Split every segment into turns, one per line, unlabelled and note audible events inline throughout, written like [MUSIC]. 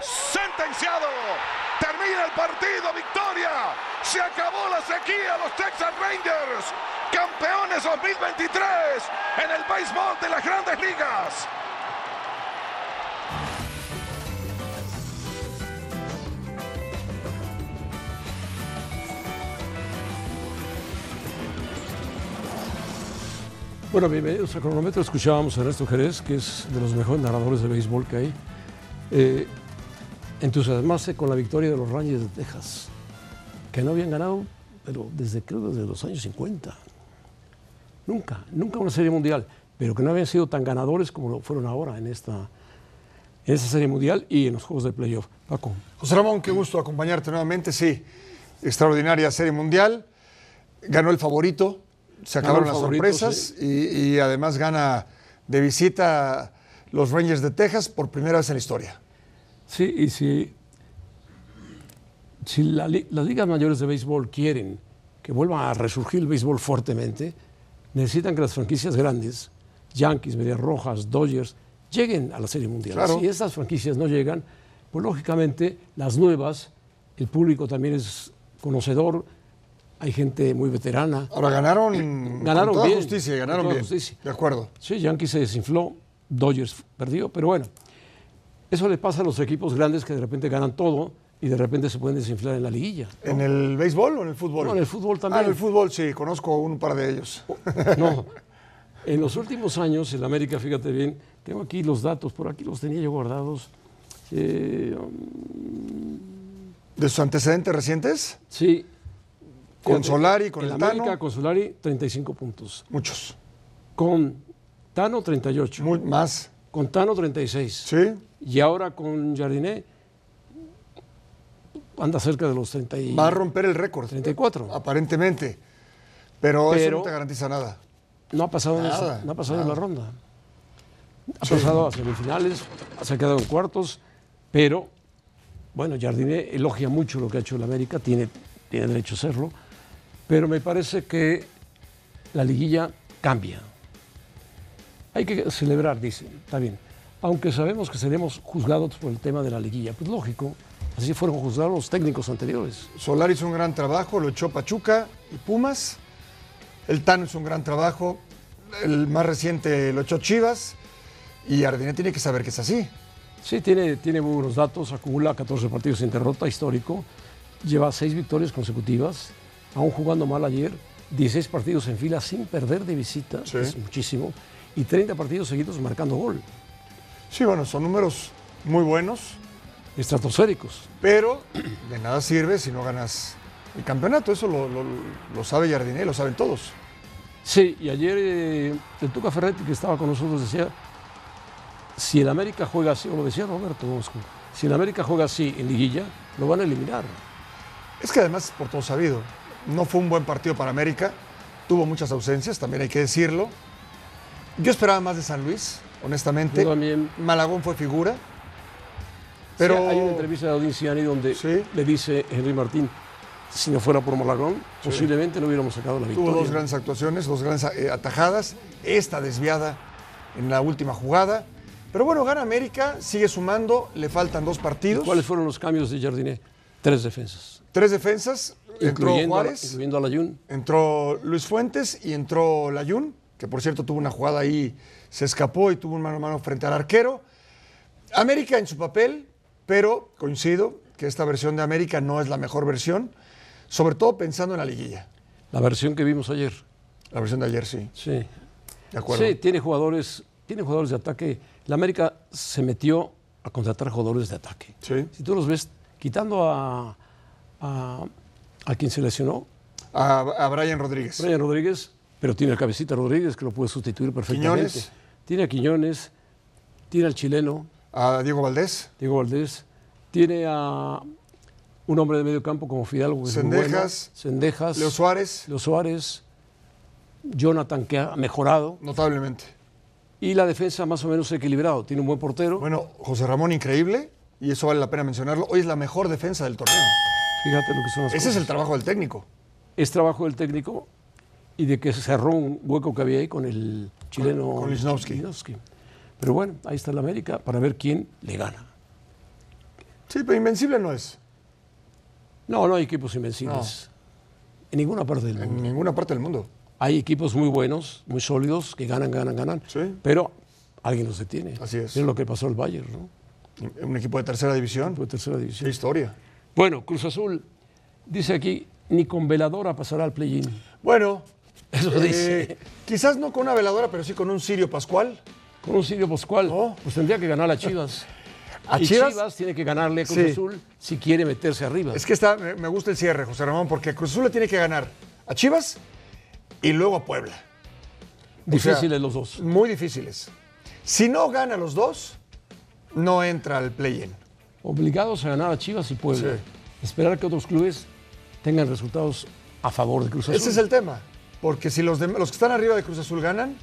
Sentenciado. Termina el partido, victoria. Se acabó la sequía, los Texas Rangers campeones 2023 en el béisbol de las grandes ligas.
Bueno, bienvenidos a Cronómetro. Escuchábamos a Ernesto Jerez, que es de los mejores narradores de béisbol que hay. Eh, entusiasmarse con la victoria de los Rangers de Texas, que no habían ganado, pero desde creo desde los años 50. Nunca, nunca una serie mundial, pero que no habían sido tan ganadores como lo fueron ahora en esta, en esta serie mundial y en los juegos de playoff. Paco.
José Ramón, qué gusto acompañarte nuevamente. Sí, extraordinaria serie mundial. Ganó el favorito, se
Ganó el
acabaron las
favorito,
sorpresas y, y además gana de visita los Rangers de Texas por primera vez en la historia.
Sí, y si, si la li- las ligas mayores de béisbol quieren que vuelva a resurgir el béisbol fuertemente, necesitan que las franquicias grandes, Yankees, Medias Rojas, Dodgers, lleguen a la Serie Mundial.
Claro.
Si estas franquicias no llegan, pues lógicamente las nuevas, el público también es conocedor, hay gente muy veterana.
Ahora ganaron,
Eh, Ganaron
con toda
bien,
justicia,
con
ganaron
toda
bien.
justicia.
De acuerdo.
Sí, Yankees se desinfló, Dodgers perdió, pero bueno, eso le pasa a los equipos grandes que de repente ganan todo y de repente se pueden desinflar en la liguilla.
¿En el béisbol o en el fútbol?
No, en el fútbol
Ah,
también.
en el fútbol sí, conozco un par de ellos. [LAUGHS]
No, en los últimos años, en América, fíjate bien, tengo aquí los datos, por aquí los tenía yo guardados. Eh,
¿De sus antecedentes recientes?
sí.
Con Solari, con
en
el
América,
Tano.
con Solari, 35 puntos.
Muchos.
Con Tano, 38.
Muy- más.
Con Tano, 36.
Sí.
Y ahora con Jardiné anda cerca de los 30 y-
Va a romper el récord.
34.
Aparentemente. Pero, eso
Pero-
no te garantiza nada.
No ha pasado, en,
Nada,
esa- no ha pasado en la ronda. Ha pasado a semifinales, se ha quedado en cuartos, pero bueno, Jardiné elogia mucho lo que ha hecho el América, tiene, tiene derecho a hacerlo, pero me parece que la liguilla cambia. Hay que celebrar, dicen, está bien. Aunque sabemos que seremos juzgados por el tema de la liguilla, pues lógico, así fueron juzgados los técnicos anteriores.
Solar hizo un gran trabajo, lo echó Pachuca y Pumas. El Tano hizo un gran trabajo. El más reciente lo echó Chivas. Y Ardiné tiene que saber que es así.
Sí, tiene, tiene muy buenos datos, acumula 14 partidos sin derrota, histórico, lleva 6 victorias consecutivas, aún jugando mal ayer, 16 partidos en fila sin perder de visita,
Sí.
es muchísimo, y 30 partidos seguidos marcando gol,
Sí, bueno, son números muy buenos,
estratosféricos.
pero de nada sirve si no ganas el campeonato. Eso lo, lo- lo sabe Jardiné, lo saben todos.
Sí, y ayer eh, el Tuca Ferretti que estaba con nosotros decía, si el América juega así, o lo decía Roberto Bosco, si el América juega así en liguilla, lo van a eliminar.
Es que además es por todo sabido. No fue un buen partido para América. Tuvo muchas ausencias, también hay que decirlo. Yo esperaba más de San Luis, honestamente.
Yo también.
Malagón fue figura.
Pero
Pero
hay una entrevista de Odín Ciani donde
Sí.
le dice Henry Martín, si no fuera por Malagón, posiblemente no hubiéramos sacado la
tuvo
victoria.
dos grandes actuaciones, dos grandes eh, atajadas. Esta desviada en la última jugada. Pero bueno, gana América, sigue sumando, le faltan dos
¿Y
partidos,
¿Cuáles fueron los cambios de Jardiné? Tres defensas,
tres defensas, entró
incluyendo, a-
Juárez,
incluyendo a Layun.
entró Luis Fuentes y entró Layún, que por cierto tuvo una jugada ahí, se escapó y tuvo un mano a mano frente al arquero. América en su papel, pero coincido que esta versión de América no es la mejor versión, sobre todo pensando en la liguilla.
La versión que vimos ayer.
La versión de ayer sí,
Sí.
de acuerdo.
Sí, tiene jugadores, tiene jugadores de ataque. La América se metió a contratar jugadores de ataque.
Sí.
Si tú los ves, quitando a, a, a quien se lesionó,
A, a Brian Rodríguez.
Brian Rodríguez, Pero tiene a Cabecita Rodríguez, que lo puede sustituir perfectamente.
Quiñones.
Tiene a Quiñones, tiene al chileno,
A Diego Valdés,
Diego Valdés, tiene a un hombre de medio campo como Fidalgo. que es muy bueno,
Cendejas,
Cendejas,
Leo Suárez,
Leo Suárez, Jonathan, que ha mejorado.
notablemente.
Y la defensa más o menos equilibrado. Tiene un buen portero.
Bueno, José Ramón, increíble, y eso vale la pena mencionarlo. Hoy es la mejor defensa del torneo.
Fíjate lo que son las
Ese es
cosas.
el trabajo del técnico.
Es trabajo del técnico y de que se cerró un hueco que había ahí con el chileno
con Lichnowsky.
Lichnowsky. Pero bueno, ahí está la América para ver quién le gana.
Sí, pero invencible no es.
No, no hay equipos invencibles. En ninguna parte del mundo.
En ninguna parte del mundo.
Hay equipos muy buenos, muy sólidos, que ganan, ganan, ganan.
Sí.
Pero alguien los detiene.
Así es.
Es lo que pasó al Bayern, ¿no?
Un equipo de tercera división.
Fue tercera
Qué
división.
historia.
Bueno, Cruz Azul dice aquí, ni con veladora pasará al play-in. [LAUGHS]
Bueno,
Eso
eh,
dice.
quizás no con una veladora, pero sí con un Sirio Pascual.
Con un Sirio Pascual,
No.
pues tendría que ganar a Chivas.
Oh. [LAUGHS] ¿A
y
Chivas?
Chivas? tiene que ganarle a Cruz
Sí.
Azul si quiere meterse arriba.
Es que está, me me gusta el cierre, José Ramón, porque Cruz Azul le tiene que ganar a Chivas y luego a Puebla.
Difíciles
sea,
los dos.
Muy difíciles. Si no gana los dos, no entra al play-in.
Obligados a ganar a Chivas y Puebla.
Sí.
Esperar que otros clubes tengan resultados a favor de Cruz Azul.
Ese es el tema. Porque si los, dem- los que están arriba de Cruz Azul ganan,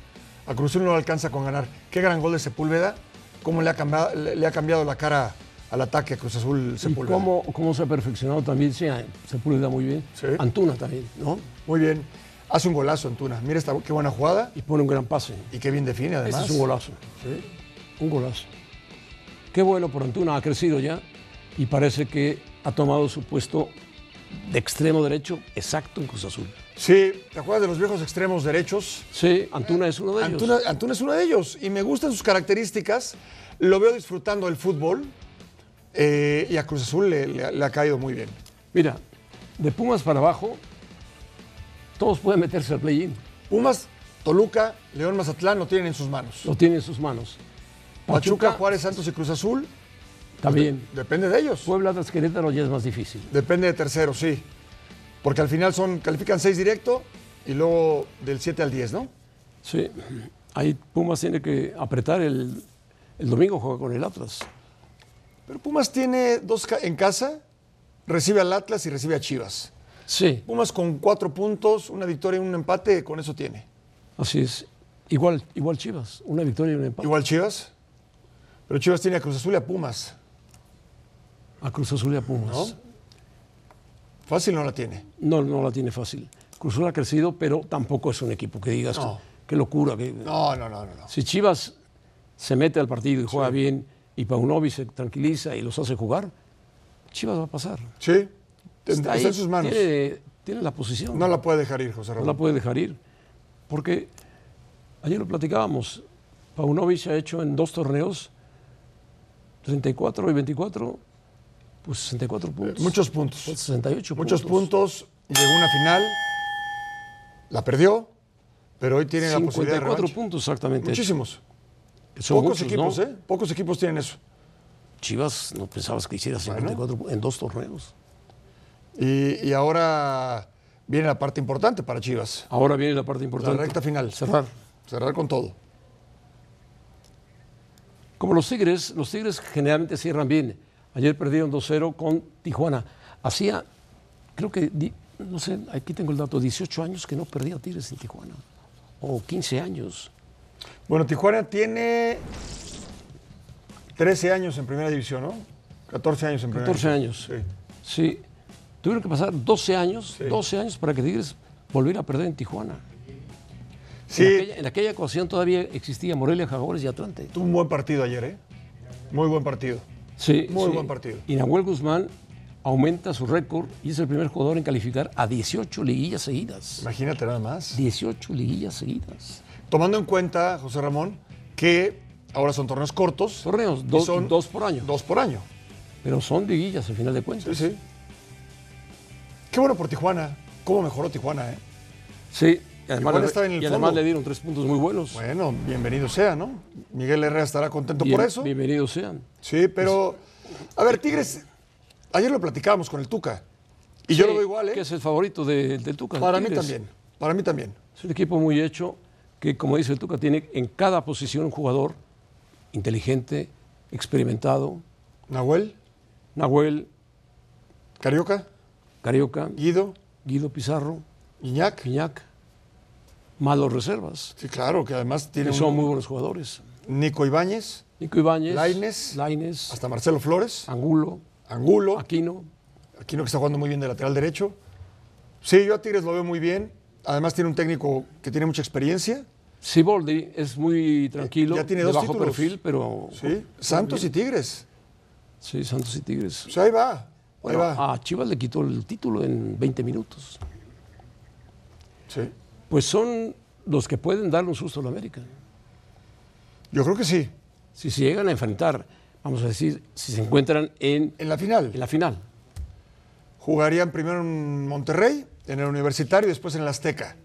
a Cruz Azul no le alcanza con ganar. Qué gran gol de Sepúlveda. Cómo le ha cambiado, le, le ha cambiado la cara al ataque a Cruz Azul
y
Sepúlveda.
cómo, cómo se ha perfeccionado también, sí, Sepúlveda muy bien.
Sí.
Antuna también, ¿no?
Muy bien. Hace un golazo, Antuna. Mira esta, qué buena jugada
Y pone un gran pase.
y qué bien define
Ese
además.
es un golazo. Un golazo. Qué bueno por Antuna, ha crecido ya y parece que ha tomado su puesto de extremo derecho exacto en Cruz Azul.
Sí, ¿te acuerdas de los viejos extremos derechos?
Sí, Antuna es uno de ellos.
Antuna, Antuna es uno de ellos y me gustan sus características. Lo veo disfrutando del fútbol eh, y a Cruz Azul le, le ha- le ha caído muy bien.
Mira, de Pumas para abajo, todos pueden meterse al play-in.
Pumas, Toluca, León Mazatlán lo tienen en sus manos.
Lo tienen en sus manos.
Pachuca, Juárez, Santos y Cruz Azul,
También.
depende de ellos.
Puebla, Atlas, Querétaro ya es más difícil.
Depende de terceros, sí. Porque al final son califican 6 directo y luego del 7 al 10, ¿no?
Sí, ahí Pumas tiene que apretar el, el domingo, juega con el Atlas.
Pero Pumas tiene dos ca- en casa, recibe al Atlas y recibe a Chivas.
Sí,
Pumas con cuatro puntos, una victoria y un empate, con eso tiene.
así es. Igual, igual Chivas, una victoria y un empate.
Igual Chivas. Pero Chivas tiene a Cruz Azul y a Pumas.
A Cruz Azul y a Pumas.
Fácil no la tiene.
No, no la tiene fácil. Cruz Azul ha crecido, pero tampoco es un equipo que digas,
No.
qué locura. qué-
No, no, no, no. no.
Si Chivas se mete al partido y juega bien y Paunovic se tranquiliza y los hace jugar, Chivas va a pasar.
Sí, está,
ahí,
en sus manos.
Tiene, tiene la posición.
No la puede dejar ir, José
No
Ramón.
la puede dejar ir. Porque ayer lo platicábamos. Paunovic ha hecho en dos torneos 34 y 24, pues 64 puntos.
Eh, Muchos puntos.
Pues 68
Muchos puntos. Llegó a una final. La perdió. Pero hoy tiene la posibilidad de
54
revancha.
puntos exactamente.
Muchísimos.
Son
Pocos
muchos,
equipos,
¿no?
¿eh? Pocos equipos tienen eso.
Chivas, no pensabas que hiciera 54 pu- en dos torneos.
Y, y ahora viene la parte importante para Chivas.
Ahora viene la parte importante.
La recta final.
Cerrar.
Cerrar con todo.
Como los Tigres, los Tigres generalmente cierran bien. Ayer perdieron 2-0 con Tijuana. Hacía, creo que, di- no sé, aquí tengo el dato, 18 años que no perdía Tigres en Tijuana. O 15 años.
Bueno, Tijuana tiene 13 años en primera división, ¿no? 14 años en primera
14 años.
división. Sí.
Sí. Tuvieron que pasar 12 años, 12 años para que Tigres volviera a perder en Tijuana.
Sí,
En, aquella, en aquella ocasión todavía existía Morelia, Jaguares y Atlante.
tuvo un buen partido ayer, ¿eh? Muy buen partido.
Sí,
Muy
sí.
buen partido.
Y Nahuel Guzmán aumenta su récord y es el primer jugador en calificar a 18 liguillas seguidas.
Imagínate nada más.
18 liguillas seguidas.
Tomando en cuenta, José Ramón, que ahora son torneos cortos.
Torneos,
y
dos, dos por año.
Dos por año.
Pero son liguillas al final de
Sí,
cuentas.
sí. Qué bueno por Tijuana. Cómo mejoró Tijuana, ¿eh?
Sí, y además,
Igual
le,
estaba en el
y además
fondo.
le dieron tres puntos muy buenos.
Bueno, bienvenido sea, ¿no? Miguel Herrera estará contento
Bien-
por eso.
Bienvenidos sean.
Sí, pero. A ver, Tigres, ayer lo platicábamos con el Tuca. Y yo
Sí,
lo veo igual, ¿eh?
Que es el favorito de- del Tuca.
Para mí
Tigres.
también. Para mí también.
Es un equipo muy hecho que, como dice el Tuca, tiene en cada posición un jugador inteligente, experimentado.
Nahuel,
Nahuel,
Carioca,
Carioca,
Guido,
Guido Pizarro,
Iñak.
Piñac. Malos reservas.
Sí, claro, que además
que
tiene
Son
un
muy buenos jugadores.
Nico Ibáñez,
Nico Ibáñez.
Lainez.
Lainez,
hasta Marcelo Flores,
Ah. Angulo.
Angulo,
Aquino.
Aquino que está jugando muy bien de lateral derecho. Sí, yo a Tigres lo veo muy bien. Además tiene un técnico que tiene mucha experiencia.
Siboldi es muy tranquilo.
Eh, Ya tiene
de
dos
bajo
títulos.
perfil, pero.
Sí, Santos y Tigres.
Sí, Santos y Tigres.
O sea, ahí va. Ahí
Bueno, ah.
va.
a Chivas le quitó el título en 20 minutos.
Sí.
Pues son los que pueden darle un susto a la América.
Yo creo que sí.
Si se llegan a enfrentar, vamos a decir, si se encuentran en,
En la final.
en la final.
Jugarían primero en Monterrey, en el Universitario y después en el Azteca.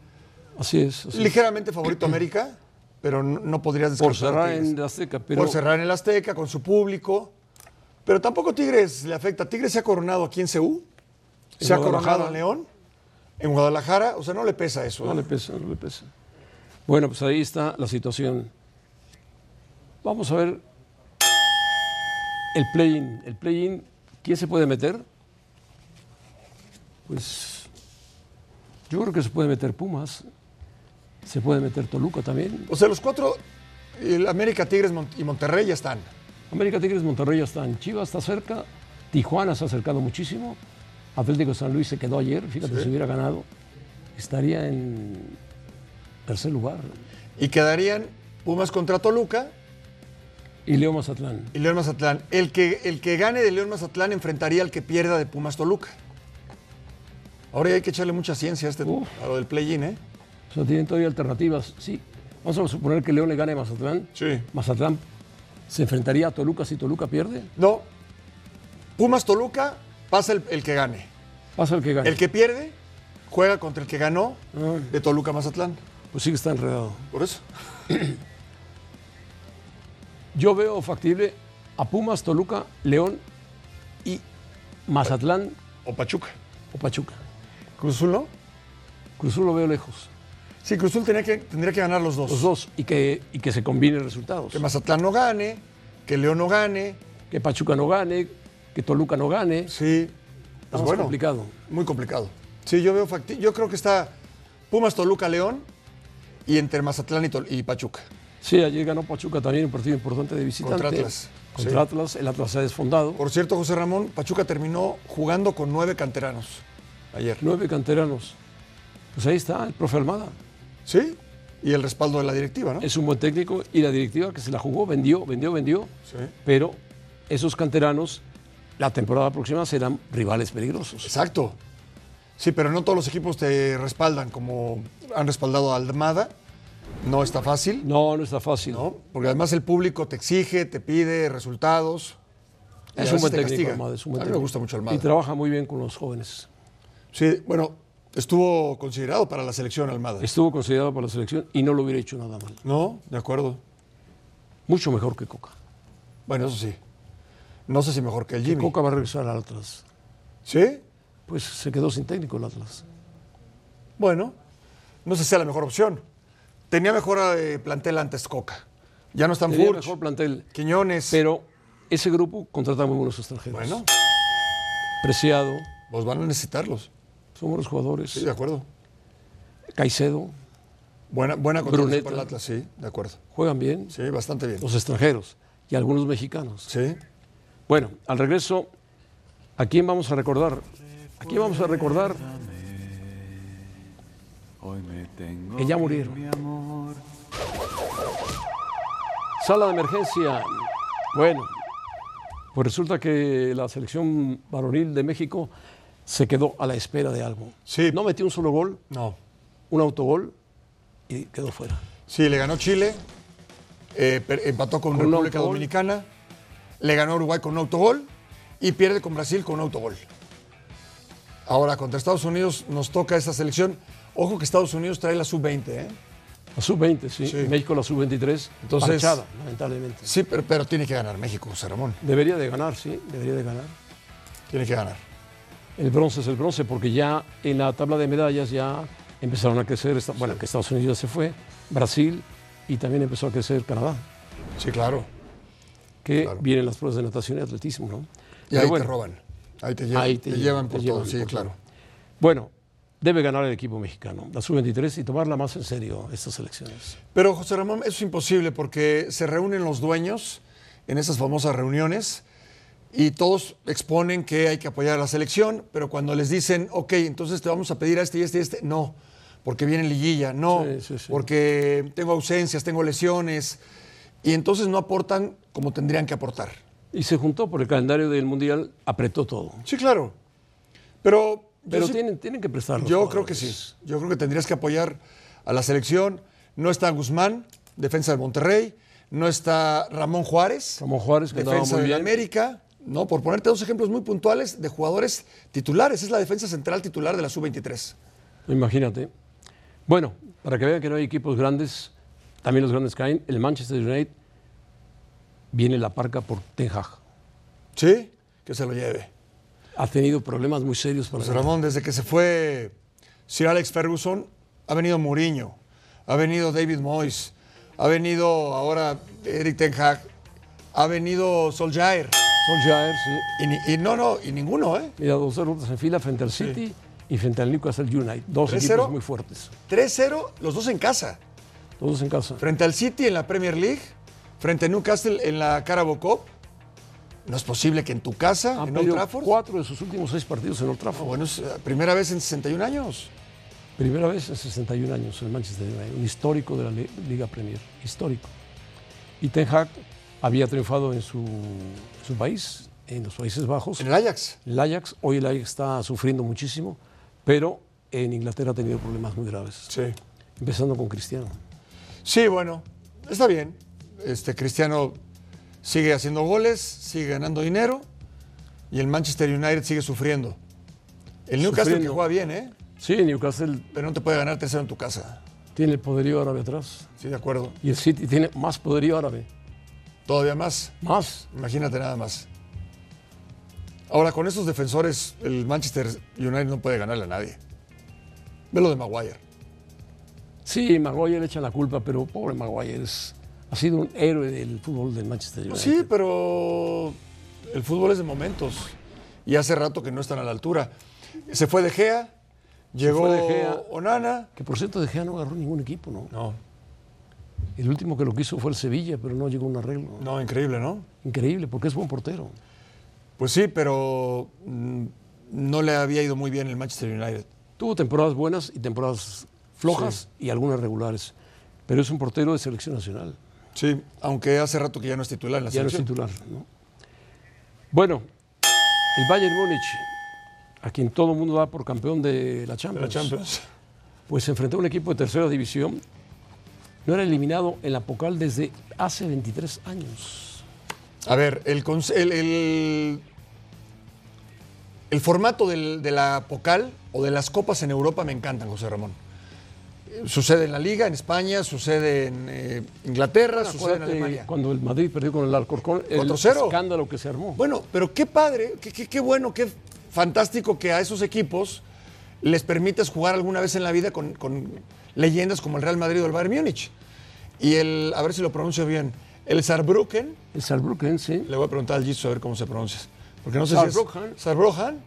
Así es. así es.
Ligeramente favorito América, pero no, no podrías descartar
Por cerrar
a Tigres.
en la Azteca, pero.
Por cerrar en el Azteca, con su público. Pero tampoco Tigres le afecta. Tigres se ha coronado aquí en CU,
En
se ha
Guadalajara.
coronado en León, en Guadalajara. O sea, no le pesa eso.
No
¿eh?
le pesa, no le pesa. Bueno, pues ahí está la situación. Vamos a ver el play-in. El play-in, ¿quién se puede meter? Pues yo creo que se puede meter Pumas, se puede meter Toluca también.
O sea, los cuatro, el América, Tigres Mon- y Monterrey ya están.
América Tigres, Monterrey ya están, Chivas está cerca, Tijuana se ha acercado muchísimo, Atlético de San Luis se quedó ayer, fíjate, si hubiera ganado, estaría en tercer lugar.
Y quedarían Pumas contra Toluca
Y Leo Mazatlán.
y León Mazatlán. El que, el que gane de León Mazatlán enfrentaría al que pierda de Pumas Toluca. Ahora ya hay que echarle mucha ciencia a, este,
Uf.
a lo del play-in, ¿eh?
O sea, tienen todavía alternativas. Sí, vamos a suponer que León le gane a Mazatlán.
Sí.
Mazatlán se enfrentaría a Toluca si Toluca pierde.
No. Pumas Toluca pasa el, el que gane.
Pasa el que gane.
El que pierde juega contra el que ganó de Toluca Mazatlán.
Pues sí que está enredado.
Por eso.
Yo veo factible a Pumas, Toluca, León y Mazatlán
O Pachuca.
o Pachuca.
Cruz Azul no.
Cruzul lo veo lejos.
Sí, Cruz Azul tenía que, tendría que ganar los dos.
Los dos y que, y que se combinen resultados.
Que Mazatlán no gane, que León no gane.
Que Pachuca no gane, que Toluca no gane.
Sí. pues
Está más complicado.
Muy complicado. Sí, yo veo facti- Yo creo que está Pumas, Toluca, León y entre Mazatlán y, Tol- y Pachuca.
Sí, ayer ganó Pachuca también un partido importante de visitante.
Contra Atlas.
Contra
Sí.
Atlas, el Atlas se ha desfondado.
Por cierto, José Ramón, Pachuca terminó jugando con nueve canteranos ayer.
Nueve canteranos. Pues ahí está, el profe Almada.
Sí. Y el respaldo de la directiva, ¿no?
Es un buen técnico y la directiva que se la jugó, vendió, vendió, vendió.
Sí.
Pero esos canteranos, la temporada próxima serán rivales peligrosos.
Exacto. Sí, pero no todos los equipos te respaldan como han respaldado a Almada. No está fácil,
No, no está fácil.
¿no? Porque además el público te exige, te pide resultados.
Es
y a
un
veces
buen
te
técnico,
castiga.
Almada. es un buen
a mí me
técnico.
gusta mucho
Y
Almada.
trabaja muy bien con los jóvenes.
Sí, bueno, estuvo considerado para la selección Almada.
Estuvo considerado para la selección y no lo hubiera hecho nada mal.
No, de acuerdo.
Mucho mejor que Coca.
Bueno, eso sí. No sé si mejor que el Jimmy.
Coca va a regresar al Atlas.
¿Sí?
Pues se quedó sin técnico el Atlas.
Bueno, no sé si sea la mejor opción. Tenía mejor eh, plantel antes Coca. Ya no están
Tenía
Furch,
mejor plantel.
Quiñones.
Pero ese grupo contrata muy buenos extranjeros.
Bueno,
Preciado,
pues van a necesitarlos.
son buenos jugadores.
Sí, de acuerdo.
Caicedo,
Buena, buena contratación
Bruneta.
para el Atlas, sí, de acuerdo.
juegan bien
Sí, bastante bien.
los extranjeros y algunos mexicanos.
Sí.
Bueno, al regreso, ¿a quién vamos a recordar? ¿A quién vamos a recordar
Hoy me tengo
que ya murieron?
mi amor.
Sala de emergencia. Bueno, pues resulta que la selección varonil de México se quedó a la espera de algo.
Sí.
No metió un solo gol,
No.
un autogol y quedó fuera.
Sí, le ganó Chile, eh, per- empató con,
Con un
República
autogol.
Dominicana, le ganó a Uruguay con un autogol y pierde con Brasil con un autogol. Ahora, contra Estados Unidos nos toca esta selección. Ojo que Estados Unidos trae la sub-20, ¿eh?
La sub-20, sí.
Sí.
México la sub-23.
Entonces-
parchada, lamentablemente.
Sí, pero, pero tiene que ganar México, José Ramón.
Debería de ganar, sí, debería de ganar.
Tiene que ganar.
El bronce es el bronce porque ya en la tabla de medallas ya empezaron a crecer, esta- bueno, que Estados Unidos se fue, Brasil y también empezó a crecer Canadá,
Sí, claro.
que
Claro.
vienen las pruebas de natación y atletismo, ¿no?
Y
Pero
ahí
bueno,
te roban. Ahí te llevan.
Ahí
te,
te
llevan
llevan,
por
te
todo,
llevan
sí,
por
claro.
Bueno, debe ganar el equipo mexicano, la sub-23, y tomarla más en serio estas elecciones.
Pero, José Ramón, eso es imposible porque se reúnen los dueños en esas famosas reuniones y todos exponen que hay que apoyar a la selección, pero cuando les dicen, ok, entonces te vamos a pedir a este y este y este, no, porque viene liguilla, no,
Sí, sí, sí.
porque tengo ausencias, tengo lesiones, y entonces no aportan como tendrían que aportar.
Y se juntó por el calendario del Mundial, apretó todo.
Sí, claro. Pero, yo
Pero
sí-
tienen, tienen que prestarlo.
Yo creo que sí. Yo creo que tendrías que apoyar a la selección. No está Guzmán, defensa del Monterrey. No está Ramón Juárez,
Ramón Juárez, que andaba
defensa
muy
del
bien.
América. No, por ponerte dos ejemplos muy puntuales de jugadores titulares. Es la defensa central titular de la sub-23.
Imagínate. Bueno, para que vean que no hay equipos grandes, también los grandes caen. El Manchester United viene la parca por Ten Hag.
¿Sí? Que se lo lleve.
Ha tenido problemas muy serios para
Pues Ramón, desde que se fue Sir Alex Ferguson, ha venido Mourinho, ha venido David Moyes, ha venido ahora Eric Ten Hag, ha venido Solskjaer.
Solskjaer, sí.
Y, ni- y no, no, y ninguno, ¿eh?
Mira, dos derrotas en fila frente al City y frente al Newcastle United. Dos
3-0.
equipos muy fuertes.
3-0, los dos en casa.
Todos en casa.
Frente al City en la Premier League, frente a Newcastle en la Carabao Cup. No es posible que en tu casa,
Han
en Old
perdido
Trafford.
Ah,
Ah,
cuatro de sus últimos seis partidos en Old Trafford.
Bueno, es la primera vez en 61 años.
Primera vez en 61 años el Manchester United, un histórico de la li- Liga Premier, histórico. Y Ten Hag había triunfado en su, su país, en los Países Bajos.
En el Ajax.
El Ajax, hoy el Ajax está sufriendo muchísimo, pero en Inglaterra ha tenido problemas muy graves,
Sí.
empezando con Cristiano.
Sí, bueno, está bien. Este Cristiano sigue haciendo goles, sigue ganando dinero y el Manchester United sigue sufriendo. El Newcastle
Sufriendo.
que juega bien, ¿eh?
Sí, Newcastle
Pero no te puede ganar tercero en tu casa.
tiene el poderío árabe atrás
Sí, de acuerdo.
y el City tiene más poderío árabe,
Todavía más.
más.
Imagínate nada más. Ahora, con esos defensores, el Manchester United no puede ganarle a nadie. Ve lo de Maguire.
Sí, Maguire le echa la culpa, pero pobre Maguire es- ha sido un héroe del fútbol del Manchester United.
Sí, pero el fútbol es de momentos. Y hace rato que no están a la altura. Se fue De Gea, llegó
fue De Gea.
Onana.
Que por cierto, De Gea no agarró ningún equipo, ¿no?
No,
El último que lo quiso fue el Sevilla, pero no llegó a un arreglo.
no, increíble, ¿no?
Increíble, porque es buen portero.
Pues sí, pero mm, no le había ido muy bien el Manchester United.
Tuvo temporadas buenas y temporadas flojas y algunas regulares. Pero es un portero de selección nacional.
Sí, aunque hace rato que ya no es titular en la
Ya no es
selección.
titular, ¿no? Bueno, el Bayern Múnich, a quien todo el mundo da por campeón de la
De
Champions,
la Champions.
pues enfrentó a un equipo de tercera división. No era eliminado en la Pocal desde hace 23 años.
A ver, el, cons- el, el- el formato del- de la Pocal o de las copas en Europa me encantan, José Ramón. Eh, Sucede en la Liga, en España, sucede en eh, Inglaterra, sucede en
Acuérdate
Alemania.
cuando el Madrid perdió con el Alcorcón, el
4-0.
escándalo que se armó.
Bueno, pero qué padre, qué, qué- qué bueno, qué fantástico que a esos equipos les permites jugar alguna vez en la vida con, con leyendas como el Real Madrid o el Bayern Múnich. Y el, a ver si lo pronuncio bien, el Saarbrücken,
El Saarbrücken, sí.
Le voy a preguntar al Jitsu a ver cómo se pronuncia. Porque no sé
Saarbrücken.
si es Saarbrücken.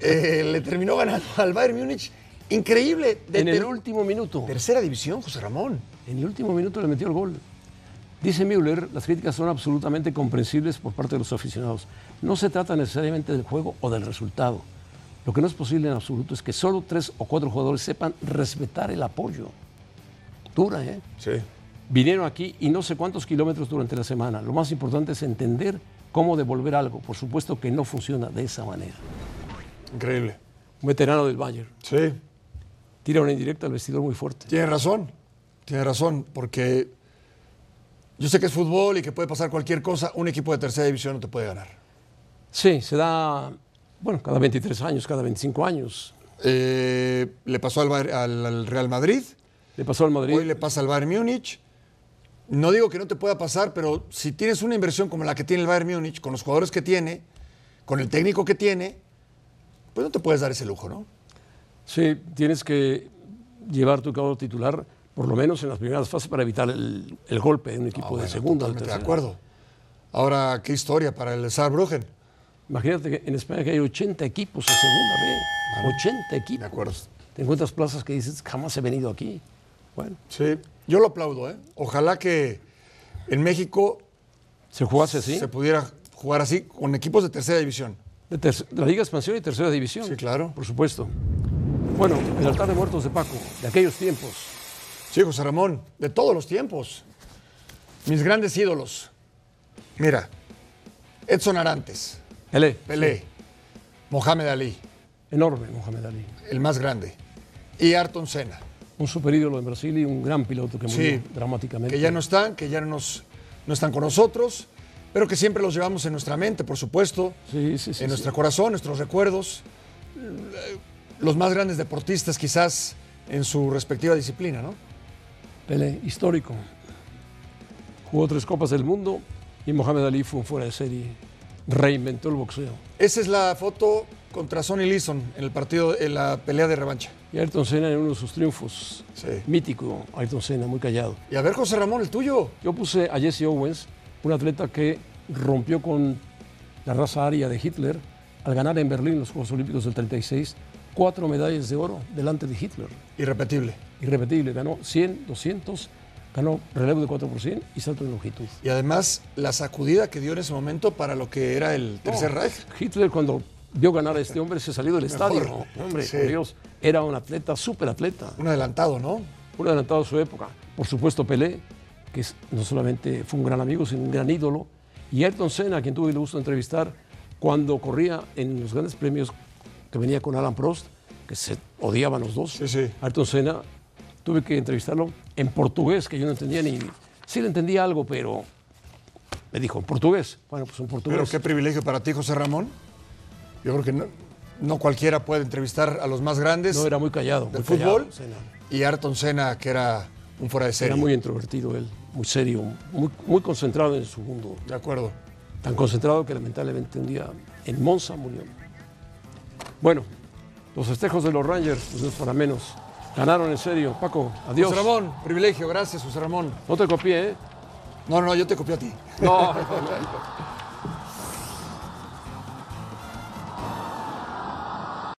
[LAUGHS]
Eh, le terminó ganando al Bayern Múnich. Increíble. De
en el
ter-
último minuto.
Tercera división, José Ramón.
En el último minuto le metió el gol. Dice Müller, las críticas son absolutamente comprensibles por parte de los aficionados. No se trata necesariamente del juego o del resultado. Lo que no es posible en absoluto es que solo tres o cuatro jugadores sepan respetar el apoyo. Dura, ¿eh?
Sí.
Vinieron aquí y no sé cuántos kilómetros durante la semana. Lo más importante es entender cómo devolver algo. Por supuesto que no funciona de esa manera.
Increíble.
Un veterano del Bayern.
Sí.
Tira una indirecta al vestidor muy fuerte.
Tiene razón. Tiene razón. Porque yo sé que es fútbol y que puede pasar cualquier cosa. Un equipo de tercera división no te puede ganar.
Sí, se da, bueno, cada 23 años, cada 25 años.
Eh, le pasó al, Bayern- al- al Real Madrid.
Le pasó al Madrid.
Hoy le pasa al Bayern Múnich. No digo que no te pueda pasar, pero si tienes una inversión como la que tiene el Bayern Múnich, con los jugadores que tiene, con el técnico que tiene, pues no te puedes dar ese lujo, ¿no?
Sí, tienes que llevar tu cuadro titular, por lo menos en las primeras fases, para evitar el, el golpe de un equipo de segunda. o de
Ah, Totalmente de
tercera.
acuerado. Ahora, qué historia para el Saarbrücken.
Imagínate que en España que hay 80 equipos en segunda B. 80 equipos.
De acuerdo.
Te encuentras plazas que dices, jamás he venido aquí. Bueno,
Sí. Yo lo aplaudo, ¿eh? Ojalá que en México
se jugase así.
se pudiera jugar así con equipos de tercera división.
De ter- de la Liga Expansión y Tercera División.
Sí, claro.
Por supuesto. Bueno, el altar de muertos de Paco, de aquellos tiempos.
Sí, José Ramón, de todos los tiempos. Mis grandes ídolos. Mira, Edson Arantes,
Pelé.
Pelé, Mohamed Ali,
Enorme, Mohamed Ali.
el más grande, y Ayrton Senna,
Un superídolo en Brasil y un gran piloto que murió
Sí,
dramáticamente.
que ya no están, que ya no nos, no están con nosotros, pero que siempre los llevamos en nuestra mente, por supuesto,
Sí, sí, sí.
en
sí.
nuestro corazón, nuestros recuerdos. eh, Los más grandes deportistas quizás en su respectiva disciplina, ¿no?
Pelé, histórico. Jugó tres Copas del Mundo y Mohamed Ali fue un fuera de serie. Reinventó el boxeo.
Esa es la foto contra Sonny Leeson en el partido, en la pelea de revancha.
Y Ayrton Senna en uno de sus triunfos.
Sí.
Mítico, Ayrton Senna, muy callado.
Y a ver, José Ramón, el tuyo.
Yo puse a Jesse Owens, un atleta que rompió con la raza aria de Hitler al ganar en Berlín los Juegos Olímpicos del 36 cuatro medallas de oro delante de Hitler.
Irrepetible.
Irrepetible, ganó 100, 200, ganó relevo de 4 por 100 y salto de longitud.
Y además, la sacudida que dio en ese momento para lo que era el Tercer
Oh.
Reich.
Hitler cuando vio ganar a este hombre se salió del estadio. Hombre,
Sí.
por Dios, era un atleta, súper atleta,
Un adelantado, ¿no?
un adelantado a su época. Por supuesto Pelé, que es- no solamente fue un gran amigo, sino un gran ídolo. Y Ayrton Senna, a quien tuve el gusto de entrevistar, cuando corría en los grandes premios que venía con Alan Prost, que se odiaban los dos,
Sí, sí.
Ayrton Senna, tuve que entrevistarlo en portugués, que yo no entendía ni... Sí le entendía algo, pero me dijo, en portugués. Bueno, pues en portugués.
Pero qué privilegio para ti, José Ramón. Yo creo que no, no cualquiera puede entrevistar a los más grandes.
No, era muy callado.
¿Del
muy callado,
fútbol?
Senna.
Y Ayrton Senna, que era un fuera de serie.
Era muy introvertido él, muy serio, muy, muy concentrado en su mundo.
De acuerdo.
Tan concentrado que lamentablemente un día en Monza murió. Bueno, los festejos de los Rangers, pues no es para menos. Ganaron en serio. Paco, adiós.
José Ramón, privilegio. Gracias, José Ramón.
No te copié, ¿eh?
No, no, yo te copié a ti.
No.